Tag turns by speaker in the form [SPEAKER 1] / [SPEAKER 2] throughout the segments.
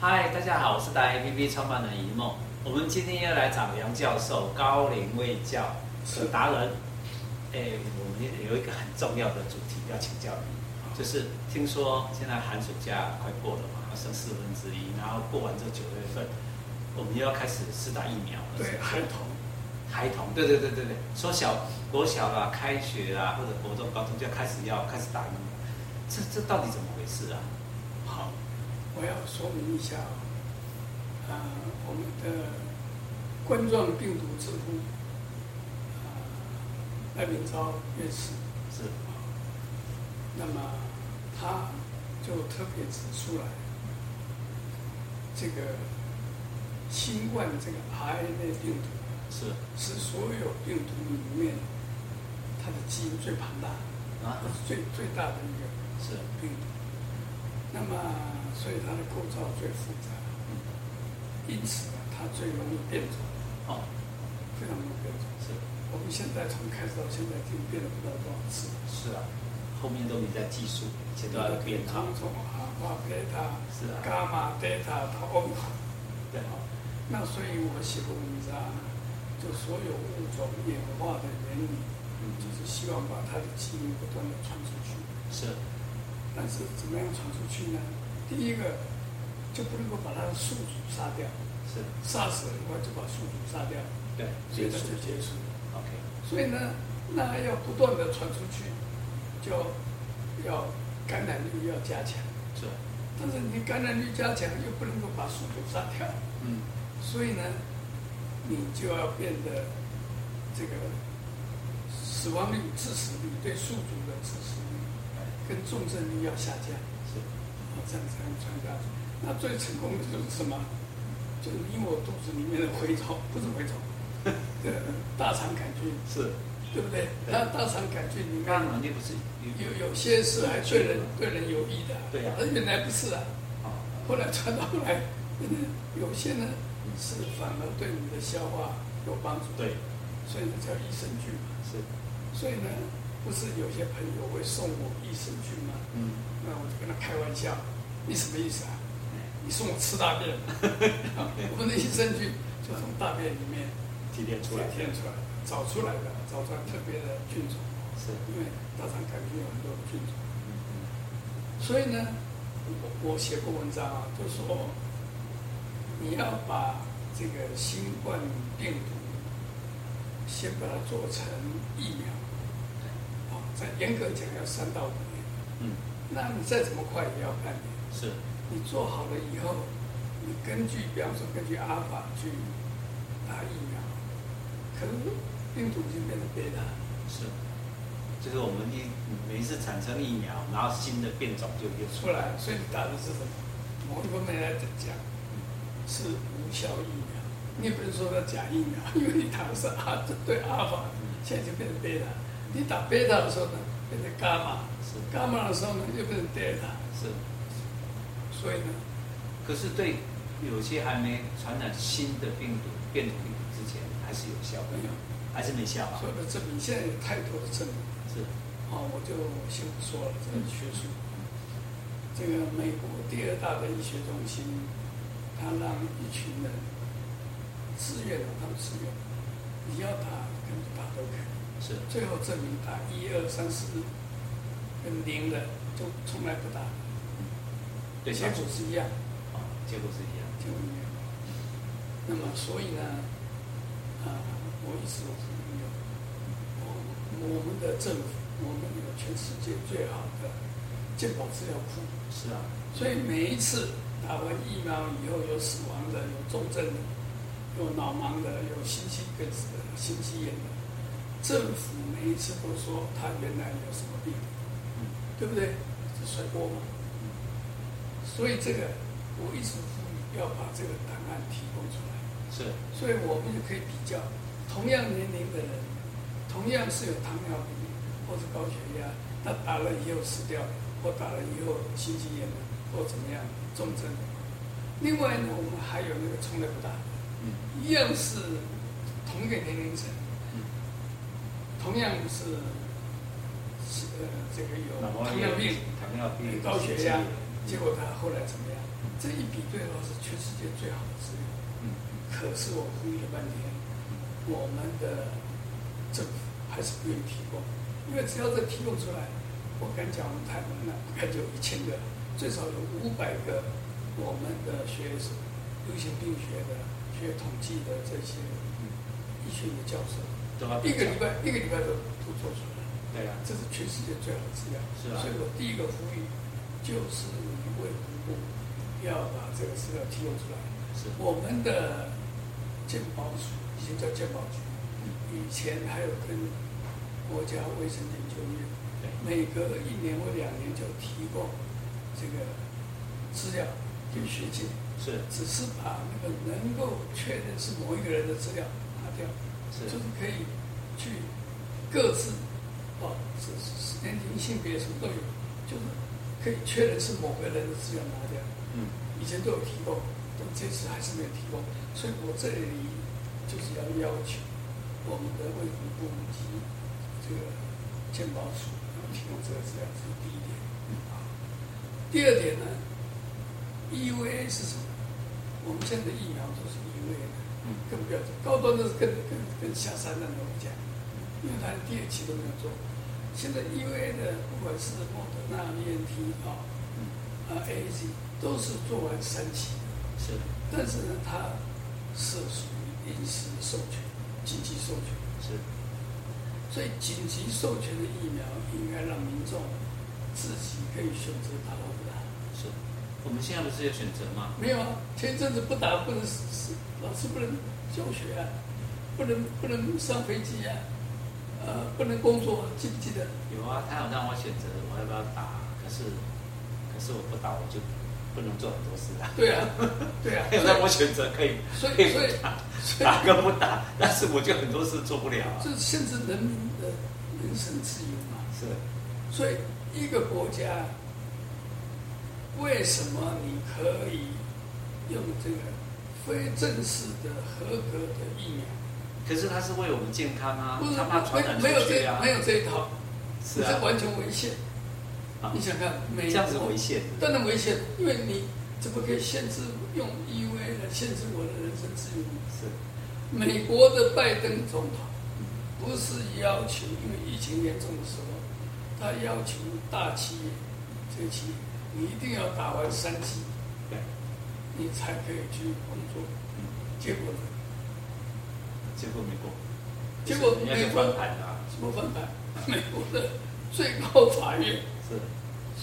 [SPEAKER 1] 嗨，大家好，我是达人 APP 创办人一梦。我们今天要来找杨教授，高龄卫教是达人。哎，我们有一个很重要的主题要请教你，就是听说现在寒暑假快过了嘛，剩四分之一，然后过完这九月份，我们又要开始试打疫苗了。
[SPEAKER 2] 对
[SPEAKER 1] 是不是
[SPEAKER 2] 孩童，
[SPEAKER 1] 孩童，对对对对对，说小国小啦、开学啦，或者国中、高中就开始要开始打疫苗，这这到底怎么回事啊？
[SPEAKER 2] 好，我要说明一下啊，呃，我们的冠状病毒之父，呃，赖明钊院士，啊
[SPEAKER 1] 是
[SPEAKER 2] 那么他就特别指出来，这个新冠这个 RNA 病毒
[SPEAKER 1] 是
[SPEAKER 2] 是所有病毒里面它的基因最庞大，
[SPEAKER 1] 啊
[SPEAKER 2] 是最最大的一个。
[SPEAKER 1] 是
[SPEAKER 2] 病毒。那么，所以它的构造最复杂，因此呢，它最容易变种，
[SPEAKER 1] 哦
[SPEAKER 2] 非常容易变种。
[SPEAKER 1] 是
[SPEAKER 2] 我们现在从开始到现在，已经变了不知道多少次。
[SPEAKER 1] 是啊，后面都没在技术，以前都要变
[SPEAKER 2] 从
[SPEAKER 1] 好，
[SPEAKER 2] 从阿巴、贝塔、
[SPEAKER 1] 是啊
[SPEAKER 2] 伽马、德塔到欧米
[SPEAKER 1] 对哦
[SPEAKER 2] 那所以我写过文章，就所有物种演化的原理，就
[SPEAKER 1] 嗯
[SPEAKER 2] 是希望把它的基因不断的传出去。
[SPEAKER 1] 是
[SPEAKER 2] 但是怎么样传出去呢？第一个就不能够把它的宿主杀掉，
[SPEAKER 1] 是
[SPEAKER 2] 杀死很快就把宿主杀掉，
[SPEAKER 1] 对
[SPEAKER 2] 所
[SPEAKER 1] 结
[SPEAKER 2] 以它
[SPEAKER 1] 束
[SPEAKER 2] 就结束了。
[SPEAKER 1] OK
[SPEAKER 2] 所以呢，那要不断的传出去，就要感染率要加强。
[SPEAKER 1] 是
[SPEAKER 2] 但是你感染率加强，又不能够把宿主杀掉，
[SPEAKER 1] 嗯
[SPEAKER 2] 所以呢，你就要变得这个死亡率、致死率对宿主的致死率跟重症率要下降。
[SPEAKER 1] 是
[SPEAKER 2] 哦这样才能传下去。那最成功的就是什么？就是你我肚子里面的蛔虫，不是蛔虫，这个大肠杆菌，
[SPEAKER 1] 是，
[SPEAKER 2] 对不对？那大肠杆菌里
[SPEAKER 1] 那
[SPEAKER 2] 面
[SPEAKER 1] 能力不是有
[SPEAKER 2] 有有些是还对人对人有益的，
[SPEAKER 1] 对呀
[SPEAKER 2] 那原来不是啊，
[SPEAKER 1] 哦
[SPEAKER 2] 后来传到后来，有些呢是反而对你的消化有帮助，，
[SPEAKER 1] 对
[SPEAKER 2] 所以呢叫益生菌嘛。
[SPEAKER 1] 是
[SPEAKER 2] 所以呢，不是有些朋友会送我益生菌吗？
[SPEAKER 1] 嗯
[SPEAKER 2] 那我就跟他开玩笑，你什么意思啊？
[SPEAKER 1] 哎
[SPEAKER 2] 你送我 吃大便，我们的益生菌就从大便里面
[SPEAKER 1] 提炼出来
[SPEAKER 2] 提炼出来，找出来的，找出来特别的菌种，
[SPEAKER 1] 是
[SPEAKER 2] 因为大肠杆菌有很多的菌种，
[SPEAKER 1] 嗯嗯
[SPEAKER 2] 所以呢，我我写过文章啊，就说你要把这个新冠病毒先把它做成疫苗，啊、再严格讲要三到五年，
[SPEAKER 1] 嗯
[SPEAKER 2] 那你再怎么快也要半年。
[SPEAKER 1] 是
[SPEAKER 2] 你做好了以后，你根据，比方说根据阿尔法去打疫苗，可能病毒已经变成贝塔，
[SPEAKER 1] 是，就是我们一每一次产生疫苗，然后新的变种就又出
[SPEAKER 2] 出
[SPEAKER 1] 来，
[SPEAKER 2] 来，所以你打的是什么？某一方面来讲是无效疫苗，你也不能说它假疫苗，因为你打的是阿这对阿尔法，现在就变成贝塔。你打贝塔的时候呢，变成伽马，
[SPEAKER 1] 嗯是
[SPEAKER 2] 伽马的时候呢又变成德尔塔，
[SPEAKER 1] 是。
[SPEAKER 2] 所以呢，
[SPEAKER 1] 可是对有些还没传染新的病毒变种病毒之前，还是有效的
[SPEAKER 2] 没，有，
[SPEAKER 1] 还是没效啊
[SPEAKER 2] 所？有嗯的证明现在有太多的证明。
[SPEAKER 1] 是
[SPEAKER 2] 哦，我就先不说了，这个学术。这个美国第二大的医学中心，他让一群人自愿的，他们自愿，你要打跟不打都可以。
[SPEAKER 1] 是
[SPEAKER 2] 最后证明打一二三四跟零的就从来不打，
[SPEAKER 1] 对
[SPEAKER 2] 结
[SPEAKER 1] 结
[SPEAKER 2] 果
[SPEAKER 1] 果
[SPEAKER 2] 是一样，
[SPEAKER 1] 哦，结果是一样。
[SPEAKER 2] 结果一样。那么所以呢，啊、我一直呼吁，我我们的政府，我们有全世界最好的健保资料库。
[SPEAKER 1] 是啊，
[SPEAKER 2] 所以每一次打完疫苗以后，有死亡的，有重症的，有脑盲的，有心肌梗死的，心肌炎的，政府每一次都说他原来有什么病，
[SPEAKER 1] 嗯
[SPEAKER 2] 对不对？是甩锅嘛。所以这个我一直呼吁要把这个档案提供出来，
[SPEAKER 1] 是
[SPEAKER 2] 所以我们就可以比较同样年龄的人，同样是有糖尿病或者高血压，他打了以后死掉了，或打了以后心肌炎了，或怎么样重症了。另外呢，我们还有那个从来不打的，
[SPEAKER 1] 嗯
[SPEAKER 2] 一样是同一个年龄层，
[SPEAKER 1] 嗯
[SPEAKER 2] 同样是是呃这个有
[SPEAKER 1] 脑
[SPEAKER 2] 糖
[SPEAKER 1] 炎
[SPEAKER 2] 尿病、哎
[SPEAKER 1] 糖尿病、
[SPEAKER 2] 呃高血
[SPEAKER 1] 心
[SPEAKER 2] 压
[SPEAKER 1] 肌炎
[SPEAKER 2] 结果他后来怎么样？这一比对哦，是全世界最好的资料。
[SPEAKER 1] 嗯
[SPEAKER 2] 可是我呼吁了半天，我们的政府还是不愿意提供，因为只要这提供出来，我敢讲我们台湾呢，不敢就有一千个，最少有五百个我们的学流行病学的、学统计的这些
[SPEAKER 1] 嗯，
[SPEAKER 2] 医学的教授，
[SPEAKER 1] 都要
[SPEAKER 2] 一
[SPEAKER 1] 比较
[SPEAKER 2] 个礼，拜一个礼拜都都做出来，
[SPEAKER 1] 对啊，
[SPEAKER 2] 这是全世界最好的资料。
[SPEAKER 1] 是啊
[SPEAKER 2] 所以我第一个呼吁就是你卫福部要把这个资料提供出来。
[SPEAKER 1] 是，
[SPEAKER 2] 我们的健保署以前叫健保局，
[SPEAKER 1] 嗯
[SPEAKER 2] 以前还有跟国家卫生研究院，
[SPEAKER 1] 对，
[SPEAKER 2] 每隔一年或两年就提供这个资料给学界，
[SPEAKER 1] 是
[SPEAKER 2] 只是把那个能够确认是某一个人的资料拿掉，就是
[SPEAKER 1] 是，
[SPEAKER 2] 可以去各自哦，是是年龄、性别什么都有，就是可以确认是某个人的资料拿掉。
[SPEAKER 1] 嗯，
[SPEAKER 2] 以前都有提供，但这次还是没有提供，所以我这里就是要要求我们的卫福部及这个健保署要提供这个资料，这是第一点。啊，第二点呢，EUA 是什么？我们现在的疫苗都是 EUA 的，更不要讲高端的是更更更下三滥的我们讲，因为它的第二期都没有做。现在 EUA 的不管是莫德纳、BNT 啊、
[SPEAKER 1] 嗯，
[SPEAKER 2] 啊 A Z 都是做完三期，
[SPEAKER 1] 是，
[SPEAKER 2] 但是呢，它是属于临时授权、紧急授权，
[SPEAKER 1] 是，
[SPEAKER 2] 所以紧急授权的疫苗应该让民众自己可以选择打或不打。
[SPEAKER 1] 是，我们现在不是有选择吗？
[SPEAKER 2] 没有啊，前一阵子不打不能是是老师不能教学啊，不能不能上飞机啊，呃，不能工作啊，记不记得？
[SPEAKER 1] 有啊，他有让我选择我要不要打，可是，可是我不打我就不能做很多事啊。
[SPEAKER 2] 对啊，对啊，
[SPEAKER 1] 他有让我选择可以
[SPEAKER 2] 所以
[SPEAKER 1] 可以
[SPEAKER 2] 所以
[SPEAKER 1] 不打
[SPEAKER 2] 所以
[SPEAKER 1] 打跟不打， 但是我就很多事做不了啊。
[SPEAKER 2] 这限制人民的人身自由嘛。
[SPEAKER 1] 是，
[SPEAKER 2] 所以，一个国家为什么你可以用这个非正式的合格的疫苗？
[SPEAKER 1] 可是他是为我们健康啊
[SPEAKER 2] 不，是
[SPEAKER 1] 他怕传染出
[SPEAKER 2] 嗯没没有
[SPEAKER 1] 去
[SPEAKER 2] 这
[SPEAKER 1] 啊。
[SPEAKER 2] 没有这一套，
[SPEAKER 1] 是
[SPEAKER 2] 这
[SPEAKER 1] 啊，
[SPEAKER 2] 完全违宪。
[SPEAKER 1] 啊
[SPEAKER 2] 你想看美
[SPEAKER 1] 这
[SPEAKER 2] 国
[SPEAKER 1] 样子违宪。
[SPEAKER 2] 当然违宪，因为你怎么可以限制用 EUA 来限制我的人身自由？
[SPEAKER 1] 是，
[SPEAKER 2] 美国的拜登总统
[SPEAKER 1] 嗯
[SPEAKER 2] 不是要求，因为疫情严重的时候，他要求大企业、这企业，你一定要打完三剂，
[SPEAKER 1] 对，
[SPEAKER 2] 你才可以去工作。
[SPEAKER 1] 嗯，
[SPEAKER 2] 结果呢？
[SPEAKER 1] 结果没过，
[SPEAKER 2] 结果
[SPEAKER 1] 人家
[SPEAKER 2] 美
[SPEAKER 1] 就
[SPEAKER 2] 国
[SPEAKER 1] 翻盘了啊。
[SPEAKER 2] 什么办法？美国的最高法院
[SPEAKER 1] 是，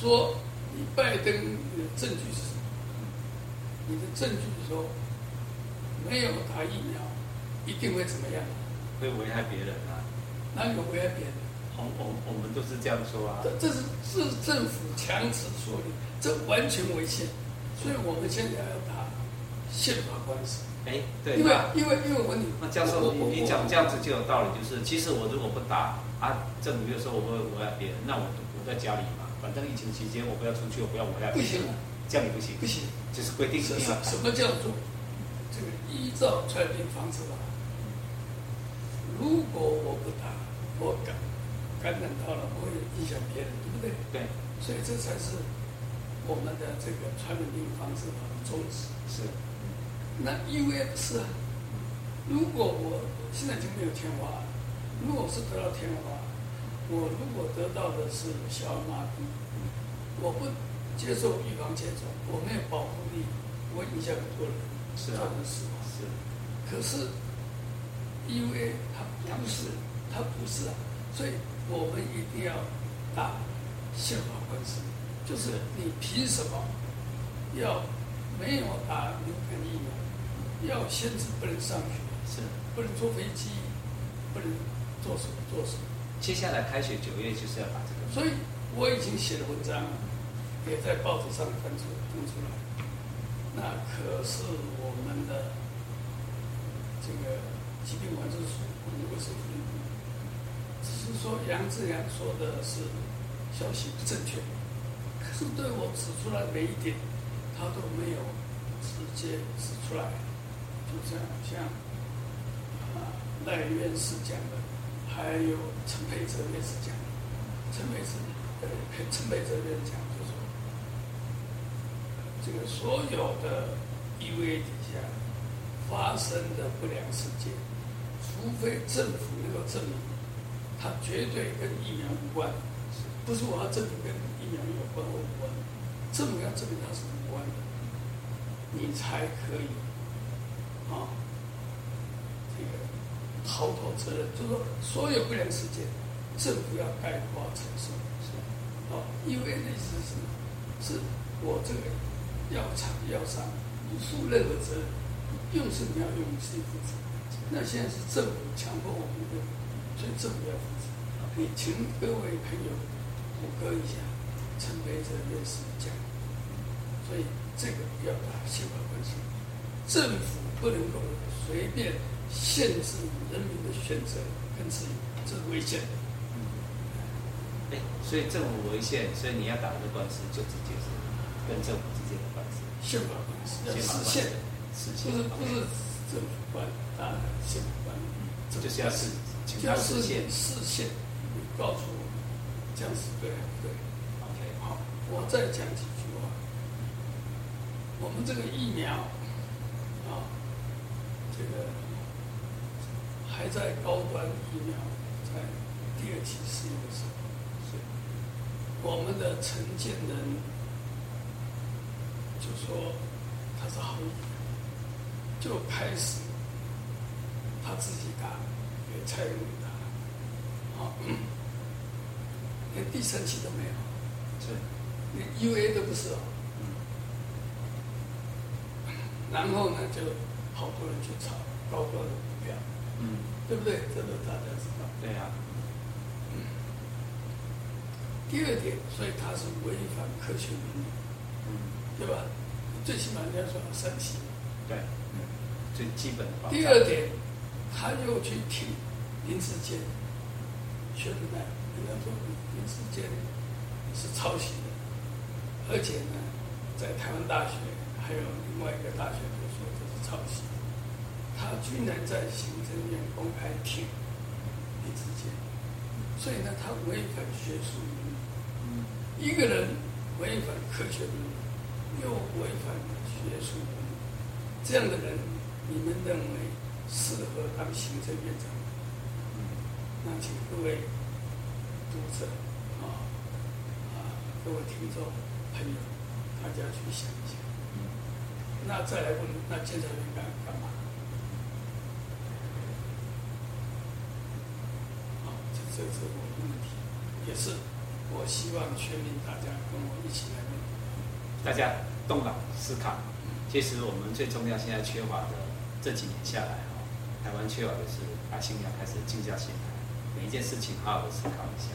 [SPEAKER 2] 说，你拜登你的证据是什么？
[SPEAKER 1] 嗯
[SPEAKER 2] 你的证据说没有打疫苗，一定会怎么样？
[SPEAKER 1] 会危害别人啊。
[SPEAKER 2] 哪有危害别人？
[SPEAKER 1] 我我我们都是这样说啊
[SPEAKER 2] 这。这是这是政府强词夺理，这完全违宪，所以我们现在要打宪法官司。
[SPEAKER 1] 哎，对，
[SPEAKER 2] 因为
[SPEAKER 1] 那
[SPEAKER 2] 因为因为我你
[SPEAKER 1] 那教
[SPEAKER 2] 我
[SPEAKER 1] 授，
[SPEAKER 2] 我
[SPEAKER 1] 你你讲这样子就有道理，就是其实我如果不打啊，政府又说我会危害别人，那我我在家里嘛，反正疫情期间我不要出去，我不要危害
[SPEAKER 2] 不
[SPEAKER 1] 别人，
[SPEAKER 2] 行啊，
[SPEAKER 1] 这样也不行，
[SPEAKER 2] 不行，
[SPEAKER 1] 就是规定啊一
[SPEAKER 2] 什
[SPEAKER 1] 定要
[SPEAKER 2] 什
[SPEAKER 1] 打
[SPEAKER 2] 什么叫做这个依照传染病防治法？如果我不打，我感感染到了，我也影响别人，对不对？
[SPEAKER 1] 对，
[SPEAKER 2] 所以这才是我们的这个传染病防治法的宗旨。
[SPEAKER 1] 是，
[SPEAKER 2] 那 EVA 不是啊。如果我现在已经没有天花，如果我是得到天花，我如果得到的是小儿麻痹，我不接受预防接种，我没有保护力，我影响很多人，
[SPEAKER 1] 是
[SPEAKER 2] 造
[SPEAKER 1] 啊，
[SPEAKER 2] 成死亡。
[SPEAKER 1] 是，
[SPEAKER 2] 可是 EVA 它不是，它不是啊，所以我们一定要打宪法官司，就是你凭什么要没有打流感疫苗，要限制不能上学，
[SPEAKER 1] 是。
[SPEAKER 2] 不能坐飞机，不能做什么做什么，
[SPEAKER 1] 接下来开学九月就是要把这个，
[SPEAKER 2] 所以我已经写了文章，也在报纸上登出登出来，那可是我们的这个疾病管制署，我们卫生部，只是说杨志良说的是消息不正确，可是对我指出来每一点，他都没有直接指出来，就这样像啊赖院士讲的，还有陈培哲院士讲的，陈培哲呃陈培哲院长就说，这个所有的 EVA 底下发生的不良事件，除非政府能够证明它绝对跟疫苗无关，不是我要证明跟疫苗有关或无关，政府要证明它是无关的，你才可以啊、这个逃脱责任。就是说，所有不良事件，政府要概括承受。哦，因为那是什么？是我这个药厂药商不负任何责任，用是你要用，你自己负责。那现在是政府强迫我们用，所以政府要负责。你请各位朋友谷歌一下陈培哲院士讲，所以这个不要打宪法关系，政府不能够随便限制人民的选择跟自由，这是危险的。
[SPEAKER 1] 嗯哎，所以政府违宪，所以你要打这官司就直接是跟政府之间的官司，
[SPEAKER 2] 宪法关系要
[SPEAKER 1] 宪法
[SPEAKER 2] 实
[SPEAKER 1] 官司
[SPEAKER 2] 现。
[SPEAKER 1] 实
[SPEAKER 2] 呃不
[SPEAKER 1] 现
[SPEAKER 2] 是不是政府办，当然县府办，
[SPEAKER 1] 嗯
[SPEAKER 2] 这
[SPEAKER 1] 就是要实，请
[SPEAKER 2] 就
[SPEAKER 1] 他
[SPEAKER 2] 要
[SPEAKER 1] 实
[SPEAKER 2] 事
[SPEAKER 1] 现
[SPEAKER 2] 先。事先你告诉我们，这样是对还是不对？
[SPEAKER 1] OK，
[SPEAKER 2] 好，我再讲几句话。我们这个疫苗啊，这个还在高端疫苗在第二期试验的时候，是我们的承建人就说他是好疫苗，就开始他自己打，给蔡英文打，啊，连第三期都没有。
[SPEAKER 1] 是，
[SPEAKER 2] 连 UA 都不是哦。然后呢，就好多人去炒高端的股票，
[SPEAKER 1] 嗯，
[SPEAKER 2] 对不对？这个大家知道。
[SPEAKER 1] 对啊，
[SPEAKER 2] 第二点，所以它是违反科学伦理，
[SPEAKER 1] 嗯，
[SPEAKER 2] 对吧？最起码人家说要三期。
[SPEAKER 1] 对，嗯最基本的保障。
[SPEAKER 2] 第二点，他又去替林志坚宣传，人家说林志坚是抄袭的，而且呢，在台湾大学还有另外一个大学就说这是抄袭，他居然在行政院公开挺林志坚，所以呢，他违反学术伦理。
[SPEAKER 1] 嗯，
[SPEAKER 2] 一个人违反科学伦理，又违反学术伦理，这样的人，你们认为适合当行政院长吗？
[SPEAKER 1] 嗯，
[SPEAKER 2] 那请各位读者啊啊，各位听众朋友，大家去想一想。
[SPEAKER 1] 嗯
[SPEAKER 2] 那再来问，那监察院干干嘛？
[SPEAKER 1] 嗯
[SPEAKER 2] 好，啊这这这是我的问题，也是我希望全民大家跟我一起来问。
[SPEAKER 1] 大家动脑思考。其实我们最重要现在缺乏的这几年下来哈、台湾缺乏的是把信仰开始静下心来，每一件事情好好的思考一下。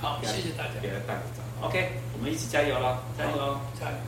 [SPEAKER 2] 好，谢谢大家，
[SPEAKER 1] 别带着走。OK，我们一起加油喽，加油喽！
[SPEAKER 2] 加油。